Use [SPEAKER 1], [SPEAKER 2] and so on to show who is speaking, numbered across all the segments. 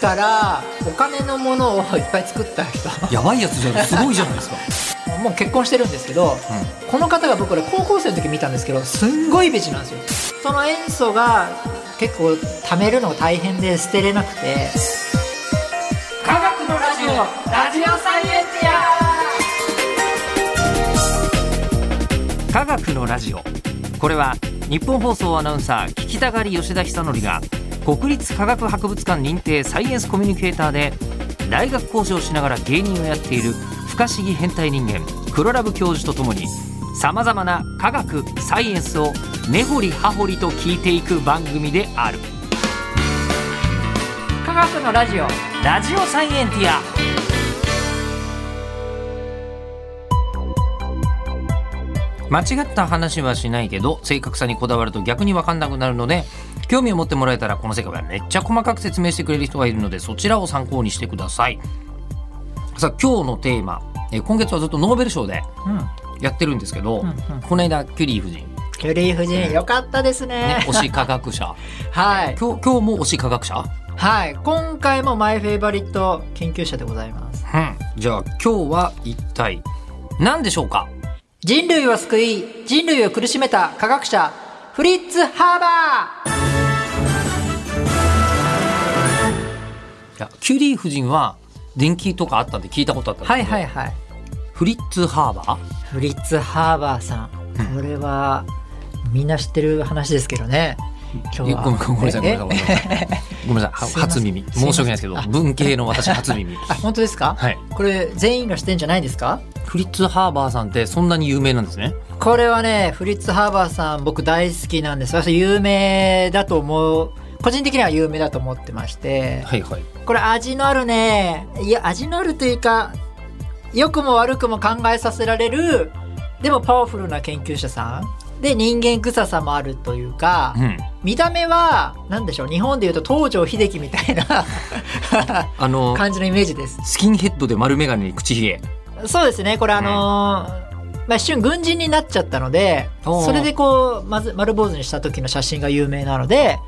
[SPEAKER 1] からお金のものをいっぱい作った人
[SPEAKER 2] やばいやつじゃんすごいじゃないですか
[SPEAKER 1] もう結婚してるんですけど、この方が僕ら高校生の時見たんですけどすんごい美人なんですよその塩素が結構貯めるのが大変で捨てれなくて科学のラジオラジオサイエンテ
[SPEAKER 3] 「科学のラジオ」これは日本放送アナウンサー聞きたがり吉田久典が国立科学博物館認定サイエンスコミュニケーターで大学講師をしながら芸人をやっている不可思議変態人間黒ラブ教授とともにさまざまな科学サイエンスを根掘り葉掘りと聞いていく番組である
[SPEAKER 1] ィア科学のラジオ
[SPEAKER 3] 「ラジオサイエンティア」間違った話はしないけど正確さにこだわると逆に分かんなくなるので興味を持ってもらえたらこの世界はめっちゃ細かく説明してくれる人がいるのでそちらを参考にしてくださいさあ今日のテーマえー今月はずっとノーベル賞でやってるんですけど、この間キュリー夫人、ね、
[SPEAKER 1] キュリー夫人よかったですね
[SPEAKER 3] 推し科学者
[SPEAKER 1] はい
[SPEAKER 3] 今日今日も推し科学者、
[SPEAKER 1] はい今回もマイフェイバリット研究者でございます
[SPEAKER 3] うん、じゃあ今日は一体何でしょうか
[SPEAKER 1] 人類を救い人類を苦しめた科学者フリッツ・ハーバー
[SPEAKER 3] いやキュリー夫人は電気とかあったって聞いたことあったんですけど
[SPEAKER 1] はい
[SPEAKER 3] フリッツ・ハーバー
[SPEAKER 1] フリッツ・ハーバーさんこれはみんな知ってる話ですけどね今日は
[SPEAKER 3] ごめんごめんなさいごめんなさいごめんなさい ごめんなさい
[SPEAKER 1] すいません
[SPEAKER 3] 初耳申し訳ないですけど
[SPEAKER 1] すいません
[SPEAKER 3] 文系の私初耳
[SPEAKER 1] あ本当ですか、
[SPEAKER 3] はい
[SPEAKER 1] これ全員が知ってんじゃないですか
[SPEAKER 3] フリッツ・ハーバーさんってそんなに有名なんですね
[SPEAKER 1] これはねフリッツ・ハーバーさん僕大好きなんです私有名だと思う個人的には有名だと思ってまして
[SPEAKER 3] はいはい
[SPEAKER 1] これ味のあるねいや味のあるというか良くも悪くも考えさせられるでもパワフルな研究者さんで人間臭さもあるというか、
[SPEAKER 3] うん
[SPEAKER 1] 見た目は何でしょう日本でいうと東條英機みたい な
[SPEAKER 3] あの
[SPEAKER 1] 感じのイメージです
[SPEAKER 3] スキンヘッドで丸眼鏡に口ひげ
[SPEAKER 1] そうですねこれあのーまあ、一瞬軍人になっちゃったので
[SPEAKER 3] おー
[SPEAKER 1] それでこうまず丸坊主にした時の写真が有名なので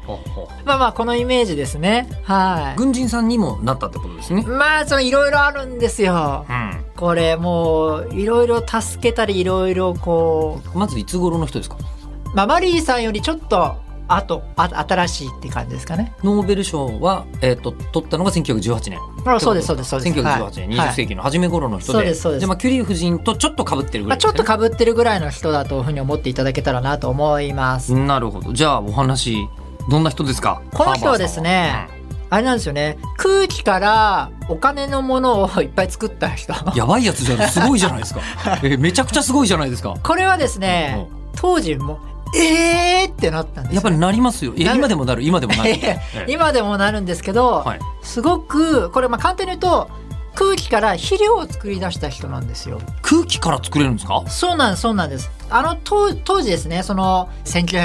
[SPEAKER 1] まあまあこのイメージですねはい
[SPEAKER 3] 軍人さんにもなったってことですね
[SPEAKER 1] まあそのいろいろあるんですよ
[SPEAKER 3] うん
[SPEAKER 1] これもういろいろ助けたりいろいろこ
[SPEAKER 3] まずいつ頃の人ですか
[SPEAKER 1] う、まあ、マリーさんよりちょっとあとあ新しいって感じですかね
[SPEAKER 3] ノーベル賞は、えー、と取ったのが1918年
[SPEAKER 1] あそうですそうですそうです
[SPEAKER 3] 1918年、
[SPEAKER 1] はい
[SPEAKER 3] 20世紀の初め頃の人で,、
[SPEAKER 1] そうですそうです
[SPEAKER 3] まあ、キュリー夫人とちょっと被ってるぐ
[SPEAKER 1] ま
[SPEAKER 3] ら
[SPEAKER 1] あ、
[SPEAKER 3] い
[SPEAKER 1] ちょっとかぶってるぐらいの人だというふうに思っていただけたらなと思います、
[SPEAKER 3] なるほどじゃあお話どんな人ですか
[SPEAKER 1] この人はですね、あれなんですよね空気からお金のものをいっぱい作った人
[SPEAKER 3] ハーバーさんはうんやばいやつじゃないすごいじゃないですかえめちゃくちゃすごいじゃないですか
[SPEAKER 1] これはですね、当時もえーってなったんですよ
[SPEAKER 3] やっ ぱりなりますよいや
[SPEAKER 1] なる
[SPEAKER 3] 今でもなる今でもなる
[SPEAKER 1] いや
[SPEAKER 3] ええ
[SPEAKER 1] 今でもなるんですけど、
[SPEAKER 3] はい
[SPEAKER 1] すごくこれまあ簡単に言うと空気から肥料を作り出した人なんですよ
[SPEAKER 3] 空気から作れるんですか
[SPEAKER 1] そうなんですそうなんですあの当当時ですねその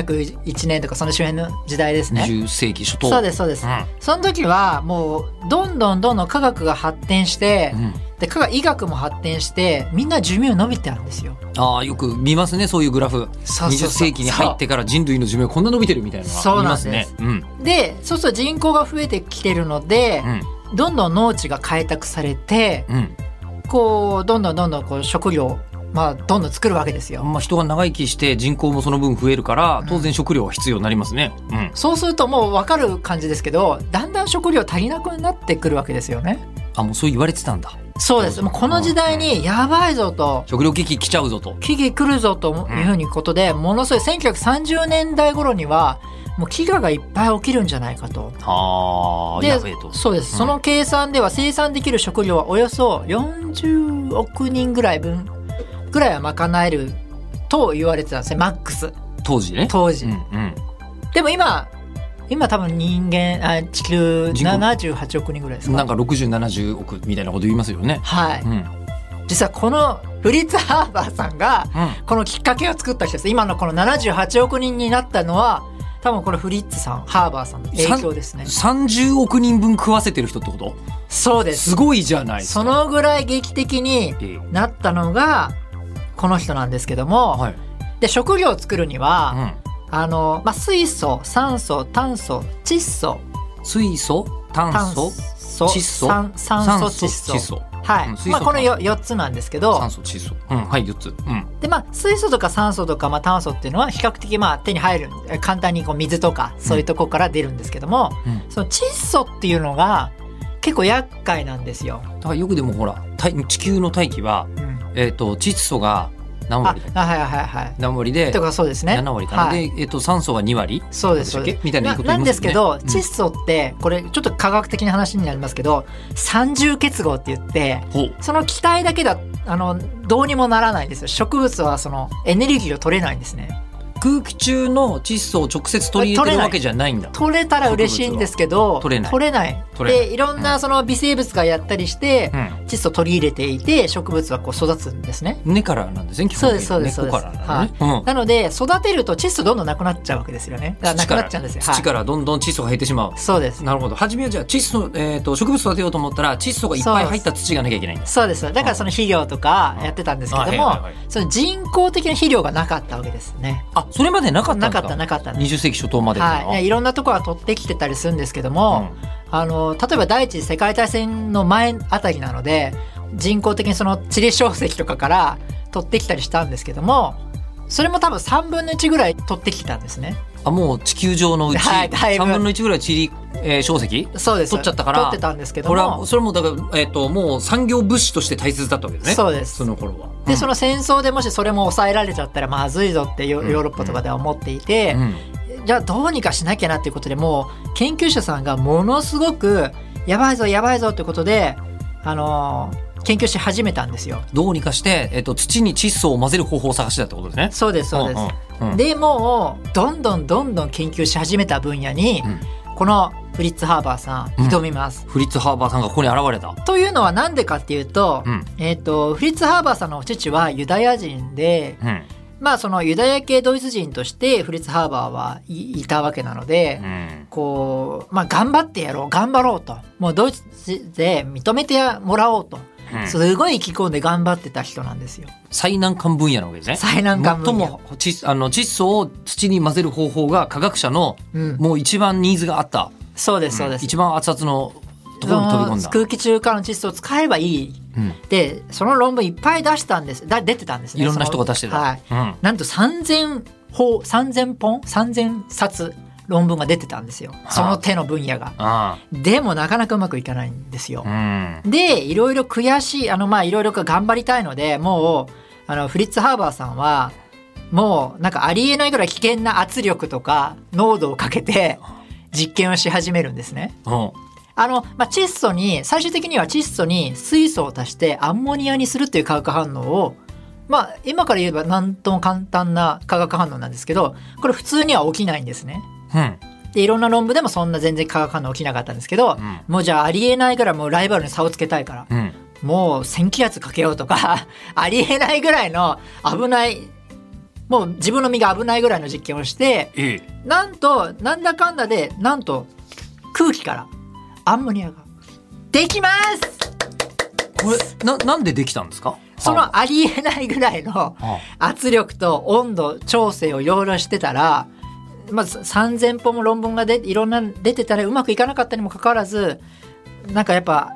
[SPEAKER 1] 1901年とかその周辺の時代ですね
[SPEAKER 3] 20世紀初頭
[SPEAKER 1] そうですそうです、
[SPEAKER 3] うん
[SPEAKER 1] その時はもうどんどんどんどん科学が発展して、
[SPEAKER 3] うん
[SPEAKER 1] で科学医学も発展してみんな寿命伸びてあるんですよ
[SPEAKER 3] ああよく見ますねそういうグラフ
[SPEAKER 1] そうそうそう
[SPEAKER 3] 20世紀に入ってから人類の寿命こんな伸びてるみたいなのは
[SPEAKER 1] そう
[SPEAKER 3] 見
[SPEAKER 1] なん
[SPEAKER 3] ま
[SPEAKER 1] です
[SPEAKER 3] すねうん
[SPEAKER 1] でそうすると人口が増えてきてるので、どんどん農地が開拓されて、
[SPEAKER 3] うんうん
[SPEAKER 1] こうどんどんどんどんこう食料をまあどんどん作るわけですよ。
[SPEAKER 3] まあ、人が長生きして人口もその分増えるから
[SPEAKER 1] ん
[SPEAKER 3] 当然食料は必要になりますね。うん
[SPEAKER 1] そうするともう分かる感じですけどだんだん食料足りなくなってくるわけですよね。
[SPEAKER 3] あもうそう言われてたんだ
[SPEAKER 1] そうですもうこの時代にやばいぞと
[SPEAKER 3] 食料危機来ちゃうぞと。
[SPEAKER 1] 危機来るぞというふうにことでものすごい1930年代頃にはもう飢餓がいっぱい起きるんじゃないかと。
[SPEAKER 3] あー
[SPEAKER 1] で
[SPEAKER 3] やべえと。
[SPEAKER 1] そうです、
[SPEAKER 3] うん
[SPEAKER 1] その計算では生産できる食料はおよそ40億人ぐらい分ぐらいは賄えると言われてたんですねマックス
[SPEAKER 3] 当時ね。
[SPEAKER 1] 当時、
[SPEAKER 3] うんうん、
[SPEAKER 1] でも今今多分人間あ地球
[SPEAKER 3] 人口
[SPEAKER 1] 78億人ぐらいですか
[SPEAKER 3] なんか6070億みたいなこと言いますよね。
[SPEAKER 1] はい
[SPEAKER 3] うんうん、
[SPEAKER 1] 実はこのフリッツ・ハーバーさんがこのきっかけを作った人です今のこの78億人になったのは多分このフリッツさんハーバーさんの影響ですね
[SPEAKER 3] 30億人分食わせてる人ってこと
[SPEAKER 1] そうです
[SPEAKER 3] すごいじゃないですか。
[SPEAKER 1] そのぐらい劇的に
[SPEAKER 3] ええ
[SPEAKER 1] なったのがこの人なんですけども、
[SPEAKER 3] はい
[SPEAKER 1] で食料を作るに
[SPEAKER 3] う
[SPEAKER 1] は、
[SPEAKER 3] ん、
[SPEAKER 1] あのまあ、水素酸素炭素窒素
[SPEAKER 3] 水素炭
[SPEAKER 1] 炭
[SPEAKER 3] 素
[SPEAKER 1] 素素
[SPEAKER 3] 窒素
[SPEAKER 1] 酸酸素窒素
[SPEAKER 3] 窒素
[SPEAKER 1] はい、
[SPEAKER 4] うん水素
[SPEAKER 1] まあ、この
[SPEAKER 4] か
[SPEAKER 1] 4, 四つなんですけど
[SPEAKER 3] 酸素窒素
[SPEAKER 4] うんはい4つうん
[SPEAKER 1] で、まあ、水素とか酸素とか、まあ、炭素っていうのは比較的、まあ、手に入るえ簡単にこう水とかそういうとこから出るんですけども、
[SPEAKER 3] うん
[SPEAKER 1] その窒素っていうのが結構厄介なんですよ。
[SPEAKER 3] だからよくでもほら大地球の大気は、
[SPEAKER 1] うん、
[SPEAKER 3] えー、と窒素が何
[SPEAKER 1] あ
[SPEAKER 3] 割だ
[SPEAKER 1] あはいはいはいはい。
[SPEAKER 3] 何割で
[SPEAKER 1] とかそうですね。
[SPEAKER 3] 7割かな、
[SPEAKER 1] はい、
[SPEAKER 3] で、えー、と酸素が2割
[SPEAKER 1] そうですそう
[SPEAKER 3] なんで
[SPEAKER 1] で
[SPEAKER 3] したっけ
[SPEAKER 1] す。
[SPEAKER 3] みたいなこと言
[SPEAKER 1] ないん
[SPEAKER 3] ますよね
[SPEAKER 1] ですけど、
[SPEAKER 3] うん
[SPEAKER 1] 窒素ってこれちょっと科学的な話になりますけど三重結合って言って
[SPEAKER 3] ほう
[SPEAKER 1] その気体だけだあのどうにもならないんですよ植物はそのエネルギーを取れないんですね。
[SPEAKER 3] 空気中の窒素を直接取り入れてるわけじゃないんだ
[SPEAKER 1] 取れたら嬉しいんですけど
[SPEAKER 3] 取れない
[SPEAKER 1] 取れない
[SPEAKER 3] 取れない
[SPEAKER 1] でいろんなその微生物がやったりして、
[SPEAKER 3] うん
[SPEAKER 1] 窒素を取り入れていて植物はこう育つんですね
[SPEAKER 3] 根からなんですね基
[SPEAKER 1] そう
[SPEAKER 3] 本
[SPEAKER 1] で
[SPEAKER 3] 的
[SPEAKER 1] すそう
[SPEAKER 3] に根
[SPEAKER 1] で
[SPEAKER 3] っ
[SPEAKER 1] す
[SPEAKER 3] こからなのね、うん
[SPEAKER 1] なので育てると窒素どんどんなくなっちゃうわけですよねだからなく
[SPEAKER 3] 土か
[SPEAKER 1] な
[SPEAKER 3] ら
[SPEAKER 1] っちゃうんですよ
[SPEAKER 3] 土
[SPEAKER 1] は
[SPEAKER 3] からどんどん窒素が減ってしまう
[SPEAKER 1] い、そうです
[SPEAKER 3] なるほど初めはじゃあ窒素、えー、と植物育てようと思ったら窒素がいっぱい入った土がなきゃいけないんです
[SPEAKER 1] そうですだからその肥料とかやってたんですけども、
[SPEAKER 3] あはいはいはい
[SPEAKER 1] その人工的な肥料がなかったわけですね
[SPEAKER 3] あそれまでなかったんで
[SPEAKER 1] な
[SPEAKER 3] す
[SPEAKER 1] か
[SPEAKER 3] か
[SPEAKER 1] ったなかったんです
[SPEAKER 3] 20世紀初頭までっていうの
[SPEAKER 1] はい、いろんなところは取ってきてたりするんですけども、
[SPEAKER 3] は
[SPEAKER 1] あの例えば第一次世界大戦の前あたりなので人工的にその地理小石とかから取ってきたりしたんですけどもそれも多分3分の1ぐらい取ってきたんですね
[SPEAKER 3] うんあもう地球上のうち
[SPEAKER 1] はいだい
[SPEAKER 3] 3
[SPEAKER 1] ぶ
[SPEAKER 3] 分の1ぐらい地理、えー、小石
[SPEAKER 1] そうです
[SPEAKER 3] 取っちゃったから
[SPEAKER 1] 取ってたんですけど
[SPEAKER 3] これは
[SPEAKER 1] も
[SPEAKER 3] それもだから、えー、ともう産業物資として大切だったわけですね
[SPEAKER 1] そうです
[SPEAKER 3] その頃は
[SPEAKER 1] でそ
[SPEAKER 3] の、
[SPEAKER 1] の戦争でもしそれも抑えられちゃったらまずいぞってヨ
[SPEAKER 3] うん
[SPEAKER 1] ヨーロッパとかでは思っていて
[SPEAKER 3] う、ん
[SPEAKER 1] じゃあどうにかしなきゃなっていうことでもう研究者さんがものすごくやばいぞやばいぞってことで、あのー研究し始めたんですよ。
[SPEAKER 3] どうにかして、えー、と土に窒素を混ぜる方法を探してたってことですね
[SPEAKER 1] そうですそうです、
[SPEAKER 3] うんうんうん
[SPEAKER 1] でもうどんどんどんどん研究し始めた分野に、
[SPEAKER 3] うん
[SPEAKER 1] このフリッツ・ハーバーさん
[SPEAKER 3] うん
[SPEAKER 1] 挑みます。
[SPEAKER 3] フリッツ・ハーバーさんがここに現れた
[SPEAKER 1] というのは何でかっていうと,、
[SPEAKER 3] うん
[SPEAKER 1] えっとフリッツ・ハーバーさんの父はユダヤ人で、
[SPEAKER 3] うん
[SPEAKER 1] まあ、そのユダヤ系ドイツ人としてフリッツ・ハーバーはいいたわけなので。
[SPEAKER 3] うん
[SPEAKER 1] こうまあ、頑張ってやろう頑張ろうともうドイツで認めてもらおうと
[SPEAKER 3] うん
[SPEAKER 1] すごい意気込んで頑張ってた人なんですよ
[SPEAKER 3] 最難関分野なわけですね
[SPEAKER 1] 最難関分野
[SPEAKER 3] 最も窒あの窒素を土に混ぜる方法が科学者の
[SPEAKER 1] うん、
[SPEAKER 3] もう一番ニーズがあった、
[SPEAKER 1] そうですそうです、
[SPEAKER 3] 一番熱々のところに飛び込ん
[SPEAKER 1] その
[SPEAKER 3] だ、
[SPEAKER 1] 空気中からの窒素を使えばいい
[SPEAKER 3] うん
[SPEAKER 1] でその論文いっぱい出したんですだ出てたんですね
[SPEAKER 3] いろんな
[SPEAKER 1] そ
[SPEAKER 3] 人
[SPEAKER 1] の
[SPEAKER 3] が出してた、
[SPEAKER 1] はい、
[SPEAKER 3] うん
[SPEAKER 1] なんと3000本3000本3000冊論文が出てたんですよ
[SPEAKER 3] あ
[SPEAKER 1] その手の分野が
[SPEAKER 3] あ
[SPEAKER 1] でもなかなかうまくいかないんですよ
[SPEAKER 3] あ、うん
[SPEAKER 1] でいろいろ悔しいあのまあいろいろ頑張りたいのでもうあのフリッツ・ハーバーさんはもうなんかありえないぐらい危険な圧力とか濃度をかけて実験をし始めるんですね。
[SPEAKER 3] うん
[SPEAKER 1] あの、まあ、窒素に最終的には窒素に水素を足してアンモニアにするっていう化学反応をまあ今から言えばなんとも簡単な化学反応なんですけどこれ普通には起きないんですね。
[SPEAKER 3] うん
[SPEAKER 1] でいろんな論文でもそんな全然化学反応起きなかったんですけど、
[SPEAKER 3] うん
[SPEAKER 1] もうじゃあありえないからもうライバルに差をつけたいから
[SPEAKER 3] うん
[SPEAKER 1] もう1000気圧かけようとか ありえないぐらいの危ないもう自分の身が危ないぐらいの実験をして
[SPEAKER 3] ええ
[SPEAKER 1] なんとなんだかんだでなんと空気からアンモニアができます
[SPEAKER 3] これななんでできたんですか
[SPEAKER 1] そ
[SPEAKER 3] は
[SPEAKER 1] のありえないぐらいの
[SPEAKER 3] あは
[SPEAKER 1] 圧力と温度調整をいろいろしてたら、まず3,000本も論文がでいろんなの出てたらうまくいかなかったにもかかわらずなんかやっぱ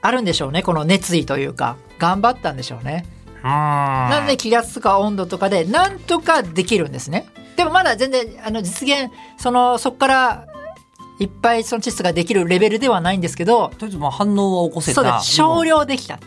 [SPEAKER 1] あるんでしょうねこの熱意というか頑張ったんでしょうね。
[SPEAKER 3] あ
[SPEAKER 1] なので気圧とか温度とかでなんとかできるんですね。でもまだ全然あの実現そのそこからいっぱいその窒素ができるレベルではないんですけど
[SPEAKER 3] とりあえずまあ反応は起こせた
[SPEAKER 1] そうです少
[SPEAKER 3] 量
[SPEAKER 1] 量できた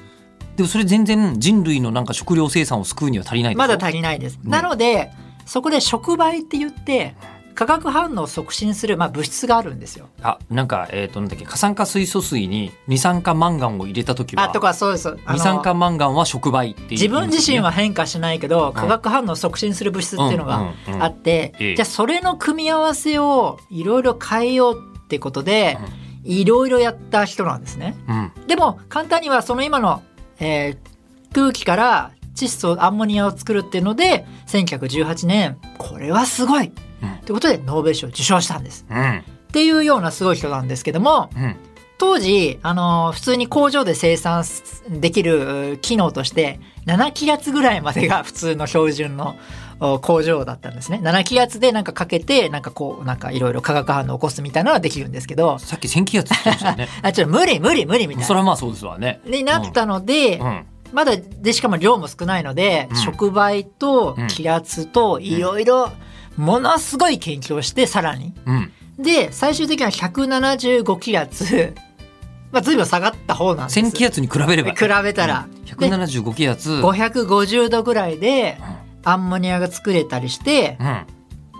[SPEAKER 3] でもそれ全然人類のなんか食料生産を救うには足りないです
[SPEAKER 1] ま
[SPEAKER 3] よ
[SPEAKER 1] だ足りないです。なのでそこで触媒って言って化学反応を促進する、まあ、物質があるんですよ。
[SPEAKER 3] あなんかえっ、となんだっけ過酸化水素水に二酸化マンガンを入れた時は
[SPEAKER 1] あとかそうです。あの
[SPEAKER 3] 二酸化マンガンは触媒っていう
[SPEAKER 1] 自分自身は変化しないけど化学反応を促進する物質っていうのが
[SPEAKER 3] うんうんうん
[SPEAKER 1] あって、
[SPEAKER 3] ええ
[SPEAKER 1] じゃあそれの組み合わせをいろいろ変えようってことでいろいろやった人なんですね。
[SPEAKER 3] うん
[SPEAKER 1] でも簡単にはその今の、えー空気から窒素アンモニアを作るっていうので1918年これはすごい、
[SPEAKER 3] うん
[SPEAKER 1] ってことでノーベル賞を受賞したんです。
[SPEAKER 3] うん
[SPEAKER 1] っていうようなすごい人なんですけども
[SPEAKER 3] うん
[SPEAKER 1] 当時、あのー普通に工場で生産すできるうー機能として7気圧ぐらいまでが普通の標準のお工場だったんですね。7気圧でなんかかけて、なんかこう、なんかいろいろ化学反応を起こすみたいなのはできるんですけど、
[SPEAKER 3] さっき1000気圧って言ってましたよね。
[SPEAKER 1] あ、ちょっと無理無理無 理みたい
[SPEAKER 3] そ
[SPEAKER 1] な。
[SPEAKER 3] れはまあそうですわね。
[SPEAKER 1] になったので、
[SPEAKER 3] うん。
[SPEAKER 1] まだでしかも量も少ないので、
[SPEAKER 3] うん
[SPEAKER 1] 触媒と気圧といろいろものすごい研究をしてさらに
[SPEAKER 3] うん。
[SPEAKER 1] で最終的には175気圧 まあ随分下がった方なんです
[SPEAKER 3] 1000気圧に比べれば。
[SPEAKER 1] 比べたら、
[SPEAKER 3] 175気圧。うん。
[SPEAKER 1] 550度ぐらいでアンモニアが作れたりして、
[SPEAKER 3] うん。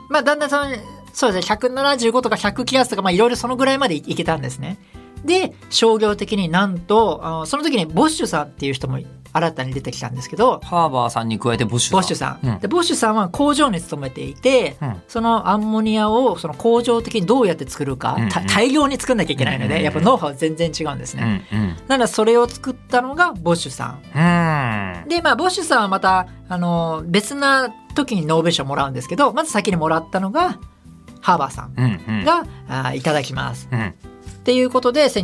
[SPEAKER 1] まあだんだんそのそうですね175とか100気圧とかまあいろいろそのぐらいまでいいけたんですねで商業的になんとあのその時にボッシュさんっていう人も新たに出てきたんですけど
[SPEAKER 3] ハーバーさんに加えてボッシュさん。
[SPEAKER 1] ボッシュさん、
[SPEAKER 3] うん
[SPEAKER 1] でボッシュさんは工場に勤めていて、
[SPEAKER 3] うん
[SPEAKER 1] そのアンモニアをその工場的にどうやって作るか、
[SPEAKER 3] うんうん
[SPEAKER 1] た大量に作んなきゃいけないので、
[SPEAKER 3] うんうん
[SPEAKER 1] やっぱノウハウ全然違うんですね、
[SPEAKER 3] うん。うん。
[SPEAKER 1] なのでそれを作ったのがボッシュさん
[SPEAKER 3] うん。
[SPEAKER 1] でまあボッシュさんはまたあの別な時にノーベル賞もらうんですけどまず先にもらったのがハーバーさん
[SPEAKER 3] うん。うん。
[SPEAKER 1] が、あいただきます
[SPEAKER 3] う
[SPEAKER 1] っ
[SPEAKER 3] ん。
[SPEAKER 1] ていうことで1918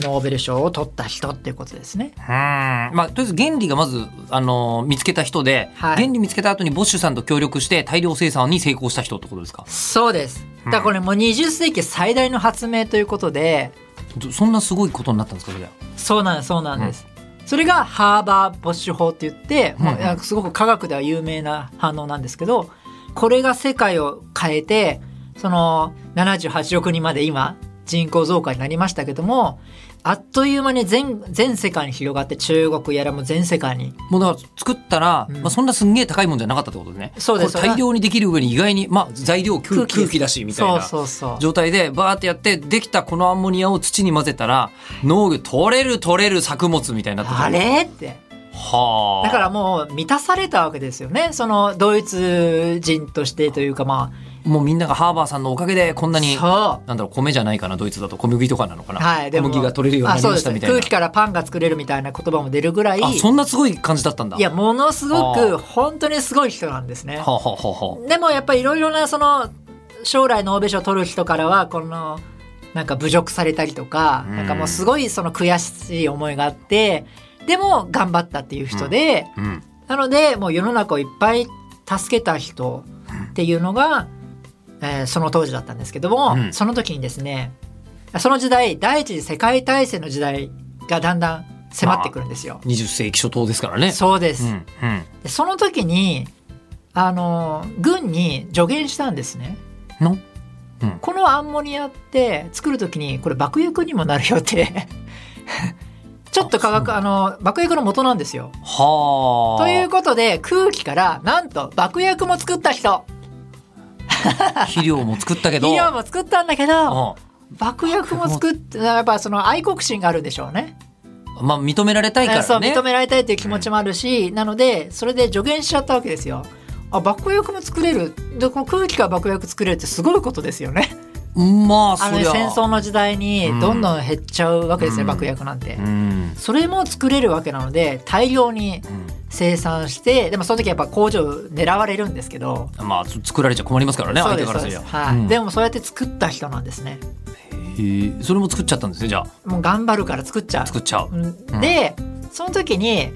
[SPEAKER 1] 年ノーベル賞を取った人っていうことですね
[SPEAKER 3] うーんまあ、とりあえず原理がまず、あのー見つけた人で、
[SPEAKER 1] はい
[SPEAKER 3] 原理見つけた後にボッシュさんと協力して大量生産に成功した人ってことですか
[SPEAKER 1] そうですだからこれもう20世紀最大の発明ということで、
[SPEAKER 3] どそんなすごいことになったんですかそれは
[SPEAKER 1] そうなんですそうなんです、それがハーバー・ボッシュ法って言って、もう
[SPEAKER 3] うん
[SPEAKER 1] なんかすごく科学では有名な反応なんですけどこれが世界を変えてその78億人まで今人口増加になりましたけどもあっという間に全全世界に広がって中国やらもう全世界に
[SPEAKER 3] もうだから作ったら、
[SPEAKER 1] うん
[SPEAKER 3] まあ、そんなすんげえ高いもんじゃなかったってことね
[SPEAKER 1] そうです
[SPEAKER 3] これ大量にできる上に意外に、まあ、材料空空気だしみたいな
[SPEAKER 1] そうそうそう
[SPEAKER 3] 状態でバーってやってできたこのアンモニアを土に混ぜたら農業取れる取れる作物みたいになってた
[SPEAKER 1] あれって
[SPEAKER 3] はあ
[SPEAKER 1] だからもう満たされたわけですよねそのドイツ人としてというかま
[SPEAKER 3] もうみんながハーバーさんのおかげでこん
[SPEAKER 1] あ
[SPEAKER 3] なに
[SPEAKER 1] そう
[SPEAKER 3] なんだろう米じゃないかなドイツだと小麦とかなのかな、
[SPEAKER 1] はい、で
[SPEAKER 3] 小
[SPEAKER 1] も
[SPEAKER 3] 麦が取れるようになりましたみたい
[SPEAKER 1] あそうです空
[SPEAKER 3] な
[SPEAKER 1] 気からパンが作れるみたいな言葉も出るぐらい
[SPEAKER 3] あそんなすごい感じだったんだ
[SPEAKER 1] いやものすご
[SPEAKER 3] あ
[SPEAKER 1] く本当にすごい人なんですね
[SPEAKER 3] はあ、はあはあは
[SPEAKER 1] でもやっぱりいろいろなその将来ノーベル賞を取る人からはこのなんか侮辱されたりとか、
[SPEAKER 3] うん
[SPEAKER 1] なんかもうすごいその悔しい思いがあってでも頑張ったっていう人で、
[SPEAKER 3] あうん
[SPEAKER 1] なのでもう世の中をいっぱい助けた人っていうのが、えーその当時だったんですけども、
[SPEAKER 3] うん
[SPEAKER 1] その時にですねその時代第一次世界大戦の時代がだんだん迫ってくるんですよ。
[SPEAKER 3] 20世紀初頭ですからね
[SPEAKER 1] そうです、
[SPEAKER 3] うんうん
[SPEAKER 1] でその時にあの軍に助言したんですね。
[SPEAKER 3] のうん
[SPEAKER 1] このアンモニアって作る時にこれ爆薬にもなるよって ちょっと化学あの爆薬の元なんですよ。
[SPEAKER 3] はあ
[SPEAKER 1] ということで空気からなんと爆薬も作った人
[SPEAKER 3] 肥料も作ったけど
[SPEAKER 1] 医療も作ったんだけど
[SPEAKER 3] う
[SPEAKER 1] 爆薬も作ってやっぱその愛国心があるんでしょうね
[SPEAKER 3] んまあ認められたいか
[SPEAKER 1] そう
[SPEAKER 3] らね
[SPEAKER 1] 認められたいという気持ちもあるし、なのでそれで助言しちゃったわけですよ。あ爆薬も作れるでこの空気から爆薬作れるってすごいことですよね。
[SPEAKER 3] まあ
[SPEAKER 1] あ
[SPEAKER 3] そ
[SPEAKER 1] の
[SPEAKER 3] りゃ
[SPEAKER 1] 戦争の時代にどんどん減っちゃうわけですね、
[SPEAKER 3] うん
[SPEAKER 1] 爆薬なんて
[SPEAKER 3] う。ん
[SPEAKER 1] それも作れるわけなので大量に生産してでもその時やっぱ工場狙われるんですけど。
[SPEAKER 3] うんまあつ作られちゃ困りますからね
[SPEAKER 1] そう
[SPEAKER 3] 相
[SPEAKER 1] で
[SPEAKER 3] 手
[SPEAKER 1] す
[SPEAKER 3] から
[SPEAKER 1] そう
[SPEAKER 3] す
[SPEAKER 1] で
[SPEAKER 3] り
[SPEAKER 1] す
[SPEAKER 3] ゃ
[SPEAKER 1] はい
[SPEAKER 3] うん
[SPEAKER 1] でもそうやって作った人なんですね
[SPEAKER 3] へえそれも作っちゃったんですねじゃあ
[SPEAKER 1] もう頑張るから作っちゃう
[SPEAKER 3] 作っちゃう
[SPEAKER 1] うんでその時に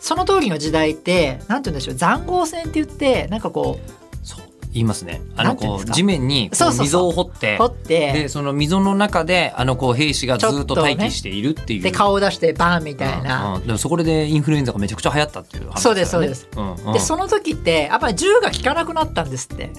[SPEAKER 1] その時の時代ってなんて言うんでしょう塹壕戦って言ってなんかこ
[SPEAKER 3] そう言いますねあ
[SPEAKER 1] なん
[SPEAKER 3] の
[SPEAKER 1] ていうんです
[SPEAKER 3] こう
[SPEAKER 1] か
[SPEAKER 3] 地面にこ
[SPEAKER 1] そうそう
[SPEAKER 3] う
[SPEAKER 1] そう
[SPEAKER 3] 溝を掘って
[SPEAKER 1] う掘って
[SPEAKER 3] でその溝の中であのこう兵士がずっと待機しているっていう。
[SPEAKER 1] で顔を出してバーンみたい
[SPEAKER 3] うん
[SPEAKER 1] な。
[SPEAKER 3] うんでもそこでインフルエンザがめちゃくちゃ流行ったっていう話
[SPEAKER 1] そうですそうです
[SPEAKER 3] すからね。うんうん
[SPEAKER 1] でその時ってやっぱり銃が効かなくなったんですって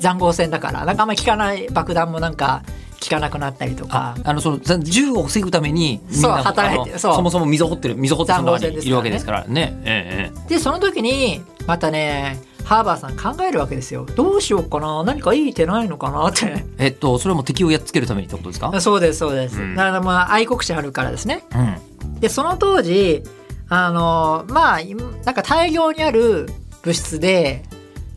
[SPEAKER 1] 塹壕戦だからなんかあんまり効かない爆弾もなんか効かなくなったりと
[SPEAKER 3] あ
[SPEAKER 1] か
[SPEAKER 3] あのそのざ銃を防ぐためにみん
[SPEAKER 1] そう
[SPEAKER 3] な
[SPEAKER 1] 働いて
[SPEAKER 3] あの
[SPEAKER 1] そう
[SPEAKER 3] そもそも溝掘ってる溝掘ってその中
[SPEAKER 1] 塹壕戦ですから
[SPEAKER 3] に
[SPEAKER 1] ね
[SPEAKER 3] いるわけですからね。えええ
[SPEAKER 1] でその時にまたねハーバーさん考えるわけですよどうしようかな何かいい手ないのかなって
[SPEAKER 3] ええっとそれはもう敵をやっつけるためにってことですか？
[SPEAKER 1] そうですそうです、
[SPEAKER 3] うん
[SPEAKER 1] だからまあ愛国心あるからですね
[SPEAKER 3] うん
[SPEAKER 1] でその当時あのまあいなんか大量にある物質で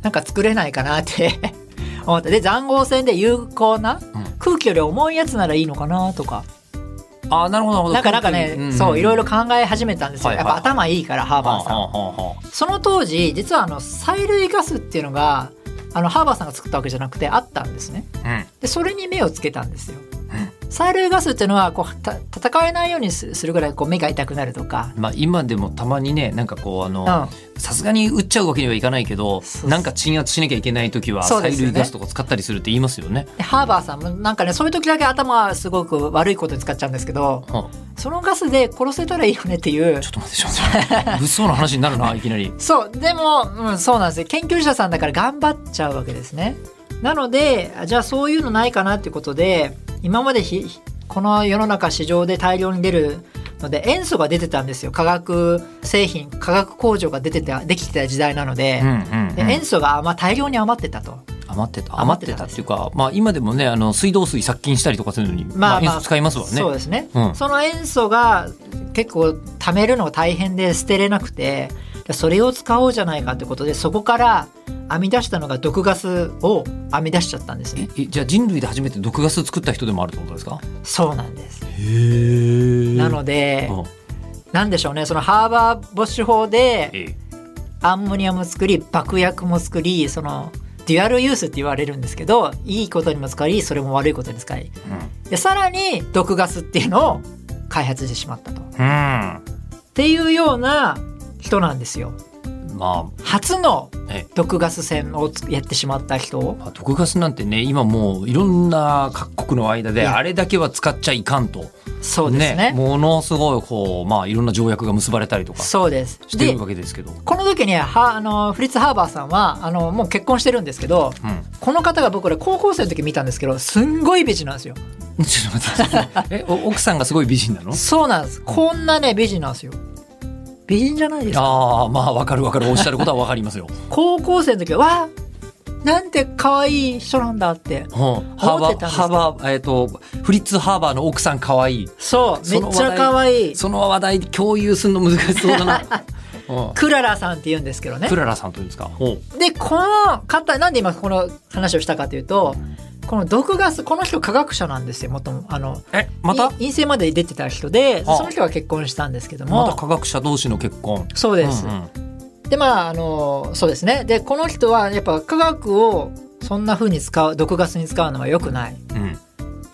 [SPEAKER 1] なんか作れないかなって 思ってで塹壕戦で有効な
[SPEAKER 3] うん
[SPEAKER 1] 空気より重いやつならいいのかなとか
[SPEAKER 3] あーなるほどなるほど。
[SPEAKER 1] なんかなんかね、
[SPEAKER 3] うう
[SPEAKER 1] そういろいろ考え始めたんですよ、
[SPEAKER 3] はいはい
[SPEAKER 1] やっぱ頭いいからハーバーさん、
[SPEAKER 3] はあはあは
[SPEAKER 1] その当時実はあの催涙ガスっていうのがあのハーバーさんが作ったわけじゃなくてあったんですね
[SPEAKER 3] あはあ
[SPEAKER 1] でそれに目をつけたんですよ、催涙ガスっていうのはこうた戦えないようにすするぐらいこう目が痛くなるとか、
[SPEAKER 3] まあ今でもたまにねなんかこうあ
[SPEAKER 1] うん
[SPEAKER 3] の、さすがに打っちゃうわけにはいかないけど
[SPEAKER 1] そう
[SPEAKER 3] なんか鎮圧しなきゃいけない時は
[SPEAKER 1] そうで
[SPEAKER 3] 催
[SPEAKER 1] すよね
[SPEAKER 3] 涙ガスとか使ったりするって言いますよね。
[SPEAKER 1] でハーバーさんもなんかねそういう時だけ頭すごく悪いことに使っちゃうんですけど
[SPEAKER 3] は
[SPEAKER 1] そのガスで殺せたらいいよねっていう
[SPEAKER 3] あちょっと待ってちょっと待って物騒な話になるないきなり。
[SPEAKER 1] そうでも、うん、そうなんですよ研究者さんだから頑張っちゃうわけですねなのであじゃあそういうのないかなっていうことで今までひこの世の中市場で大量に出るので塩素が出てたんですよ化学製品化学工場が出てたできてた時代なので,
[SPEAKER 3] う
[SPEAKER 1] で、
[SPEAKER 3] んうんうん
[SPEAKER 1] 塩素が、まあ、大量に余ってたと
[SPEAKER 3] 余ってた余
[SPEAKER 1] 余
[SPEAKER 3] っ
[SPEAKER 1] ってて
[SPEAKER 3] た
[SPEAKER 1] た
[SPEAKER 3] っていうかまあ今でもねあの水道水殺菌したりとかするのにまあ塩素使いますわね。
[SPEAKER 1] そうですね、
[SPEAKER 3] うん
[SPEAKER 1] その塩素が結構貯めるのが大変で捨てれなくてそれを使おうじゃないかってことでそこから編み出したのが毒ガスを編み出しちゃったんですね
[SPEAKER 3] えじゃあ人類で初めて毒ガス作った人でもあるってことですか
[SPEAKER 1] そうなんです
[SPEAKER 3] へえ
[SPEAKER 1] なので、
[SPEAKER 3] うん
[SPEAKER 1] なんでしょうねそのハーバーボッシュ法で
[SPEAKER 3] え
[SPEAKER 1] アンモニアも作り爆薬も作りそのデュアルユースって言われるんですけどいいことにも使いそれも悪いことに使いでさらに毒ガスっていうのを開発してしまったと。
[SPEAKER 3] うん、
[SPEAKER 1] っていうような人なんですよ
[SPEAKER 3] うんま
[SPEAKER 1] 初の
[SPEAKER 3] ええ
[SPEAKER 1] 毒ガス戦をつやってしまった人
[SPEAKER 3] あ、まあ毒ガスなんてね今もういろんな各国の間
[SPEAKER 1] え
[SPEAKER 3] で
[SPEAKER 1] え
[SPEAKER 3] あれだけは使っちゃいかんと
[SPEAKER 1] そうですね
[SPEAKER 3] ものすごいこうまあいろんな条約が結ばれたりとかし
[SPEAKER 1] そうです
[SPEAKER 3] て
[SPEAKER 1] で
[SPEAKER 3] るわけですけど、
[SPEAKER 1] この時にはあのフリッツ・ハーバーさんはあのもう結婚してるんですけど
[SPEAKER 3] う
[SPEAKER 1] この方が僕ら高校生の時見たんですけどすんごい美人なんですよ
[SPEAKER 3] ん、 ちょっと待ってえお奥さんがすごい美人なの
[SPEAKER 1] そうなんですこんなね美人なんですよ美人じゃないですか
[SPEAKER 3] ああまあわかるわかるおっしゃることはわかりますよ、 うん、
[SPEAKER 1] 高校生の時はわあなんて可愛い人なんだって
[SPEAKER 3] ハー
[SPEAKER 1] 思っ
[SPEAKER 3] バ
[SPEAKER 1] てたんです
[SPEAKER 3] ーハーバーえっ、とフリッツ・ハーバーの奥さん可愛い
[SPEAKER 1] そうめ
[SPEAKER 3] その
[SPEAKER 1] っ
[SPEAKER 3] 話
[SPEAKER 1] ち
[SPEAKER 3] 題
[SPEAKER 1] ゃ可愛い
[SPEAKER 3] その話題共有するの難しそう だな、うん
[SPEAKER 1] クララさんって言うんですけどね
[SPEAKER 3] クララさんというんですか。ほう
[SPEAKER 1] でこの方なんで今この話をしたかというとこの毒ガスこの人科学者なんですよもともあの
[SPEAKER 3] え、また
[SPEAKER 1] い陰性まで出てた人で
[SPEAKER 3] ああ
[SPEAKER 1] その人が結婚したんですけども、
[SPEAKER 3] また科学者同士の結婚。
[SPEAKER 1] そうです、
[SPEAKER 3] うんうん
[SPEAKER 1] でまああのそうですねでこの人はやっぱ科学をそんな風に使う毒ガスに使うのは良くない
[SPEAKER 3] うん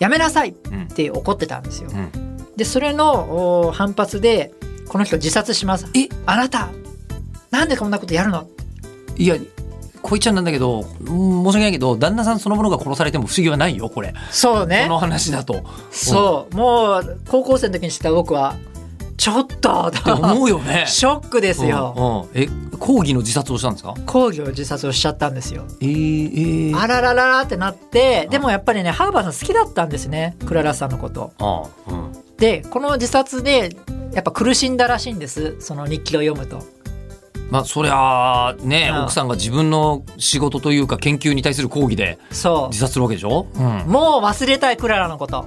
[SPEAKER 1] やめなさいっ
[SPEAKER 3] うん
[SPEAKER 1] て怒ってたんですよ、
[SPEAKER 3] うん
[SPEAKER 1] でそれのお反発でこの人自殺します
[SPEAKER 3] え
[SPEAKER 1] あなたなんでこんなことやるの
[SPEAKER 3] いや、こいちゃんなんだけど、うん申し訳ないけど、旦那さんそのものが殺されても不思議はないよ、これ。
[SPEAKER 1] そうね
[SPEAKER 3] この話だと。
[SPEAKER 1] そう、もう高校生の時に知った僕はちょっと
[SPEAKER 3] って思
[SPEAKER 1] と
[SPEAKER 3] うよね。
[SPEAKER 1] ショックですよ。
[SPEAKER 3] うんうんえ、講義の自殺をしたんですか。
[SPEAKER 1] 工業自殺をしちゃったんですよ。
[SPEAKER 3] えー、えー
[SPEAKER 1] あららららってなって、でもやっぱりねハーバーさん好きだったんですね、クララさんのこと。
[SPEAKER 3] ああ、うん。
[SPEAKER 1] で、この自殺でやっぱ苦しんだらしいんです。その日記を読むと。
[SPEAKER 3] まあ、そりゃあ、ね、
[SPEAKER 1] うん
[SPEAKER 3] 奥さんが自分の仕事というか、研究に対する講義で。
[SPEAKER 1] そ
[SPEAKER 3] 自殺するわけでしょ
[SPEAKER 1] う、もう忘れたいクララのこと。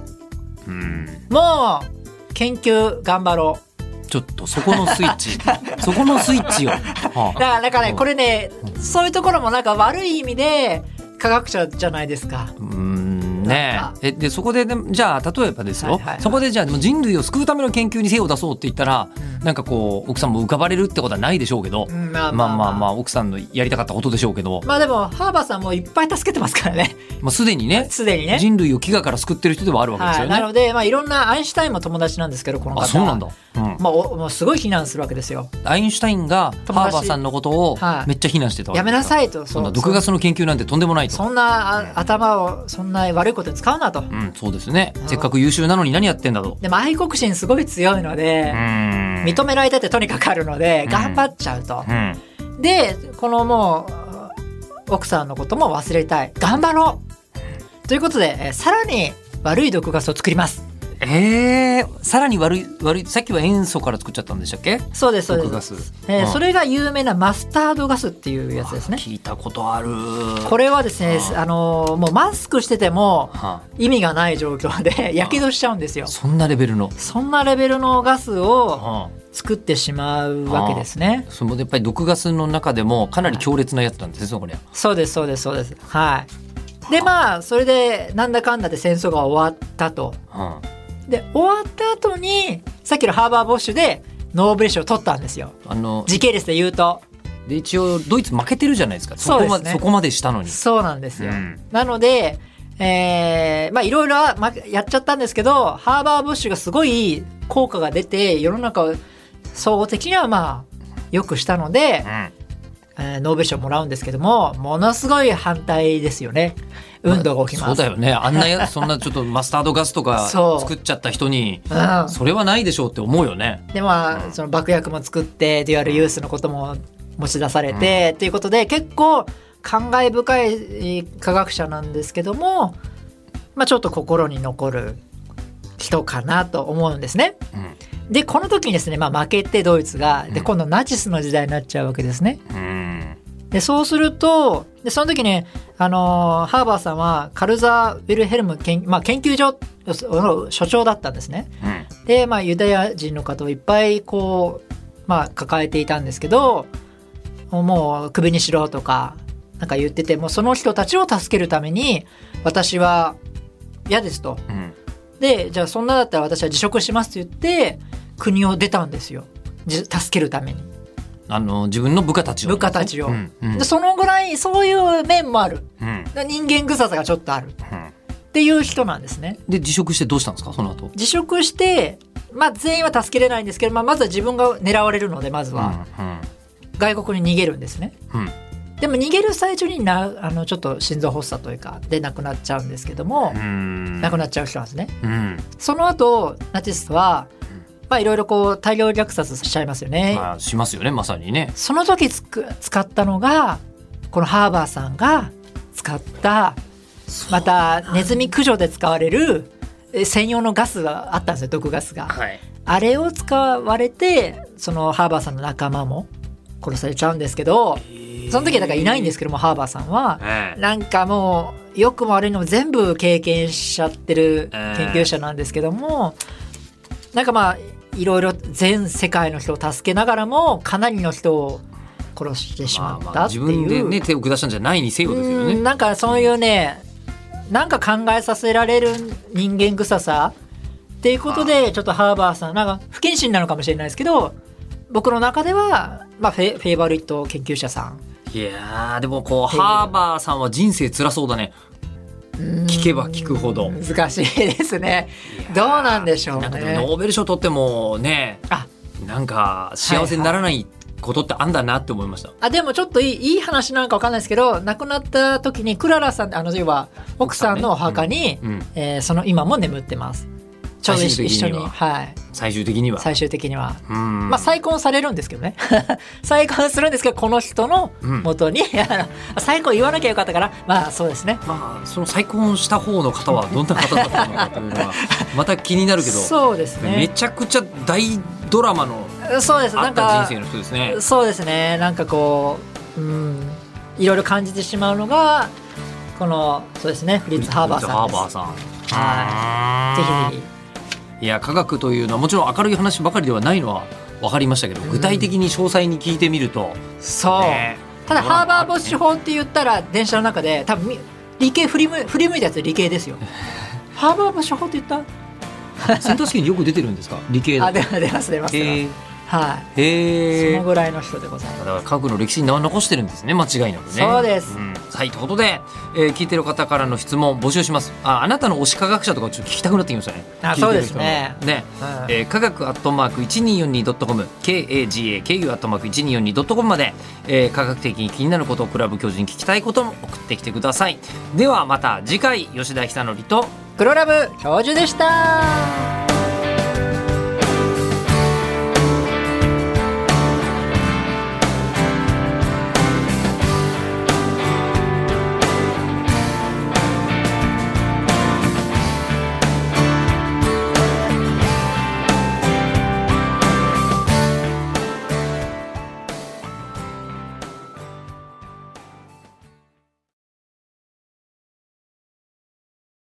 [SPEAKER 3] うん。うん。
[SPEAKER 1] もう研究頑張ろう。
[SPEAKER 3] ちょっと、そこのスイ ッチ。そこのスイッチよ。はあ
[SPEAKER 1] だからなんかね、
[SPEAKER 3] うん
[SPEAKER 1] これね、そういうところもなんか悪い意味で科学者じゃないですか。
[SPEAKER 3] うーんね
[SPEAKER 1] なんか
[SPEAKER 3] ええでそこででもじゃあ例えばですよ、
[SPEAKER 1] はいはいはい
[SPEAKER 3] そこでじゃあでも人類を救うための研究に精を出そうって言ったら、
[SPEAKER 1] うん
[SPEAKER 3] なんかこう奥さんも浮かばれるってことはないでしょうけど、
[SPEAKER 1] うんまあ
[SPEAKER 3] まあまあまあ奥さんのやりたかったことでしょうけど、
[SPEAKER 1] まあでもハーバーさんもいっぱい助けてますからね
[SPEAKER 3] まあ、すでにね
[SPEAKER 1] すでにね。
[SPEAKER 3] 人類を飢餓から救ってる人ではあるわけです
[SPEAKER 1] は
[SPEAKER 3] よ
[SPEAKER 1] い、
[SPEAKER 3] ね。
[SPEAKER 1] なので、まあ、いろんなアインシュタインも友達なんですけどこの方
[SPEAKER 3] あそうなんだ、うん
[SPEAKER 1] まあ、おもうすごい非難するわけですよ。
[SPEAKER 3] アインシュタインが
[SPEAKER 1] 友
[SPEAKER 3] ハー
[SPEAKER 1] 達
[SPEAKER 3] バーさんのことを
[SPEAKER 1] はい
[SPEAKER 3] めっちゃ非難してたわけ
[SPEAKER 1] やめな
[SPEAKER 3] です
[SPEAKER 1] さいと
[SPEAKER 3] よそんな毒ガ
[SPEAKER 1] そ
[SPEAKER 3] スの研究なんてとんでもないと。
[SPEAKER 1] そんなあ頭をそんな悪いことに使うなと、
[SPEAKER 3] うん、そうですね、
[SPEAKER 1] うん
[SPEAKER 3] せっかく優秀なのに何やってんだと。
[SPEAKER 1] でも愛国心すごい強いの
[SPEAKER 3] う
[SPEAKER 1] で、
[SPEAKER 3] ん
[SPEAKER 1] 認められたってとにかくあるので
[SPEAKER 3] うん
[SPEAKER 1] 頑張っちゃうと、
[SPEAKER 3] うん
[SPEAKER 1] でこのもう奥さんのことも忘れたい頑張ろうということで、えーさらに悪い毒ガスを作ります
[SPEAKER 3] ええさらに悪い悪いさっきは塩素から作っちゃったんでしたっけ？
[SPEAKER 1] そうですそう
[SPEAKER 3] 毒
[SPEAKER 1] で
[SPEAKER 3] ガ
[SPEAKER 1] す、
[SPEAKER 3] ス。
[SPEAKER 1] えー
[SPEAKER 3] うん
[SPEAKER 1] それが有名なマスタードガスっていうやつですね
[SPEAKER 3] 聞いたことある。
[SPEAKER 1] これはですね
[SPEAKER 3] う、ん
[SPEAKER 1] あのーもうマスクしてても
[SPEAKER 3] は
[SPEAKER 1] 意味がない状況でやけどしちゃうんですよ
[SPEAKER 3] あ、。そんなレベルの。
[SPEAKER 1] そんなレベルのガスを
[SPEAKER 3] は
[SPEAKER 1] 作ってしまうわけですね
[SPEAKER 3] あ。そのやっぱり毒ガスの中でもかなり強烈なやつなんですねこれ。
[SPEAKER 1] そうですそうですそうです。はい。でまあそれでなんだかんだで戦争が終わったと。
[SPEAKER 3] は
[SPEAKER 1] で終わった後にさっきのハーバー・ボッシュでノーベル賞を取ったんですよ。
[SPEAKER 3] あ、あの
[SPEAKER 1] 時系列で言うと。
[SPEAKER 3] で一応ドイツ負けてるじゃないですか。
[SPEAKER 1] そうですね
[SPEAKER 3] そこまそこまでしたのに。
[SPEAKER 1] そうなんですよ。
[SPEAKER 3] うん
[SPEAKER 1] なので、ええーまあいろいろはまやっちゃったんですけど、ハーバーブッシュがすごい効果が出て、世の中を総合的にはまあ、良くしたので、えーノーベル賞もらうんですけども、ものすごい反対ですよね。運動が起き
[SPEAKER 3] そ
[SPEAKER 1] ま
[SPEAKER 3] う
[SPEAKER 1] す。
[SPEAKER 3] だよね。あんな、そんなちょっとマスタードガスと か
[SPEAKER 1] そう
[SPEAKER 3] 作っちゃった人に、
[SPEAKER 1] うん
[SPEAKER 3] それはないでしょうって思うよね。
[SPEAKER 1] でまあその爆薬も作ってデュアルユースのことも持ち出されてと、いうことで結構感慨深いえー科学者なんですけども、まあ、ちょっと心に残る人かなと思うんですね。でこの時にですね、まあ、負けてドイツがで
[SPEAKER 3] うん
[SPEAKER 1] 今度ナチスの時代になっちゃうわけですね。
[SPEAKER 3] うん。
[SPEAKER 1] でそうするとでその時ね、あのーハーバーさんはカルザー・ウィルヘルム研,、まあ、研究所の所長だったんですね。
[SPEAKER 3] うん。
[SPEAKER 1] で、まあ、ユダヤ人の方をいっぱいこう、まあ、抱えていたんですけどもうクビにしろとかなんか言っててもうその人たちを助けるために私は嫌ですと
[SPEAKER 3] うん。
[SPEAKER 1] でじゃあそんなだったら私は辞職しますと言って国を出たんですよじ助けるために
[SPEAKER 3] あの、自分の部下たちを。
[SPEAKER 1] 部下たちを、
[SPEAKER 3] うん。うん
[SPEAKER 1] でそのぐらいそういう面もある
[SPEAKER 3] うん。
[SPEAKER 1] 人間臭さがちょっとあるっ
[SPEAKER 3] うん
[SPEAKER 1] ていう人なんですね
[SPEAKER 3] で、辞職してどうしたんですかその後。
[SPEAKER 1] 辞職してまあ全員は助けれないんですけど、まあ、まずは自分が狙われるのでまず
[SPEAKER 3] う
[SPEAKER 1] は、
[SPEAKER 3] ん。
[SPEAKER 1] 外国に逃げるんですね
[SPEAKER 3] うん。うん。
[SPEAKER 1] でも逃げる最中になあのちょっと心臓発作というかで亡くなっちゃうんですけども
[SPEAKER 3] う、ん。
[SPEAKER 1] 亡くなっちゃう人なんですね
[SPEAKER 3] うん。
[SPEAKER 1] その後ナチスはまあいろいろこう大量虐殺しちゃいますよね、
[SPEAKER 3] まあ、しますよね、まさにね。
[SPEAKER 1] その時つく使ったのがこのハーバーさんが使ったまたネズミ駆除で使われるえ専用のガスがあったんですよ毒ガスが
[SPEAKER 3] はい。
[SPEAKER 1] あれを使われてそのハーバーさんの仲間も殺されちゃうんですけどその時はだからいないんですけどもハーバーさんは
[SPEAKER 3] ええ
[SPEAKER 1] なんかもう良くも悪いのも全部経験しちゃってる
[SPEAKER 3] えー
[SPEAKER 1] 研究者なんですけども、なんかまあいろいろ全世界の人を助けながらもかなりの人を殺してしま
[SPEAKER 3] まあ
[SPEAKER 1] っ
[SPEAKER 3] ま
[SPEAKER 1] た
[SPEAKER 3] あ
[SPEAKER 1] ってい
[SPEAKER 3] 自
[SPEAKER 1] う,、
[SPEAKER 3] 分でね、手を下したんじゃないにせよですよ
[SPEAKER 1] うん
[SPEAKER 3] ね。
[SPEAKER 1] なんかそういうねなんか考えさせられる人間臭さっていうことでちょっとハーバーさんなんか不謹慎なのかもしれないですけど僕の中では、まあ、フェフェイバリット研究者さん
[SPEAKER 3] いやー、でもこう、ハーバーさんは人生辛そうだね。聞けば聞くほど。
[SPEAKER 1] 難しいですねどうなんでしょう
[SPEAKER 3] なんかでも
[SPEAKER 1] ね
[SPEAKER 3] ノーベル賞取ってもね、
[SPEAKER 1] あ
[SPEAKER 3] なんか幸せにならないことってあんだなって思いました。
[SPEAKER 1] あでもちょっといいいい話なんかわかんないですけど亡くなった時にクララさんあの要は奥さんのお墓に、
[SPEAKER 3] うん、
[SPEAKER 1] えーその今も眠ってますちょうど一緒
[SPEAKER 3] 最終的
[SPEAKER 1] に
[SPEAKER 3] には
[SPEAKER 1] はい、
[SPEAKER 3] 最終的には。
[SPEAKER 1] 最終的には
[SPEAKER 3] うん
[SPEAKER 1] まあ、再婚されるんですけどね 再婚するんですけどこの人の
[SPEAKER 3] うん
[SPEAKER 1] 元に、 あの再婚言わなきゃよかったからまあそうですね
[SPEAKER 3] まあ、その再婚した方の方はどんな方だったのかというのは、また気になるけど、
[SPEAKER 1] そうです
[SPEAKER 3] め
[SPEAKER 1] ね
[SPEAKER 3] ちゃくちゃ大ドラマの
[SPEAKER 1] そうです
[SPEAKER 3] あ
[SPEAKER 1] な
[SPEAKER 3] っ
[SPEAKER 1] ん
[SPEAKER 3] た
[SPEAKER 1] か
[SPEAKER 3] 人生の人ですね。
[SPEAKER 1] そうですねなんかこううんいろいろ感じてしまうのがこのそうですねフリッツ・ハーバーさんで
[SPEAKER 3] ハー
[SPEAKER 1] す
[SPEAKER 3] バーさん。
[SPEAKER 1] はいぜひぜ
[SPEAKER 3] いや科学というのはもちろん明るい話ばかりではないのは分かりましたけど
[SPEAKER 1] ん
[SPEAKER 3] 具体的に詳細に聞いてみ ると、
[SPEAKER 1] ひそう、
[SPEAKER 3] ね
[SPEAKER 1] ただ
[SPEAKER 3] ドラマ
[SPEAKER 1] ハーバーボッシュ法って言ったら電車の中で多分み理系振りむ振り向いたやつ理系 ですよハーバーボッシュ法って言った
[SPEAKER 3] センター試験によく出てるんですか理系
[SPEAKER 1] あ出
[SPEAKER 3] だ
[SPEAKER 1] ます出ます出ます、
[SPEAKER 3] へえ
[SPEAKER 1] はい
[SPEAKER 3] へ
[SPEAKER 1] そ
[SPEAKER 3] え
[SPEAKER 1] のぐらいの人でございます。
[SPEAKER 3] だから科学の歴史に名を残してるんですね間違いなくね
[SPEAKER 1] そうです
[SPEAKER 3] んはいということで、えー聞いてる方からの質問募集しますああなたの推し科学者とかちょっと聞きたくなってきましたね
[SPEAKER 1] あそうですね
[SPEAKER 3] 聞いてる人のね
[SPEAKER 1] うん
[SPEAKER 3] えー、科学アットマーク 1242.com KAGAKU アットマーク 1242.com まで、えー科学的に気になることをクラブ教授に聞きたいことも送ってきてくださいではまた次回吉田久典と
[SPEAKER 1] 黒ラブ教授でした。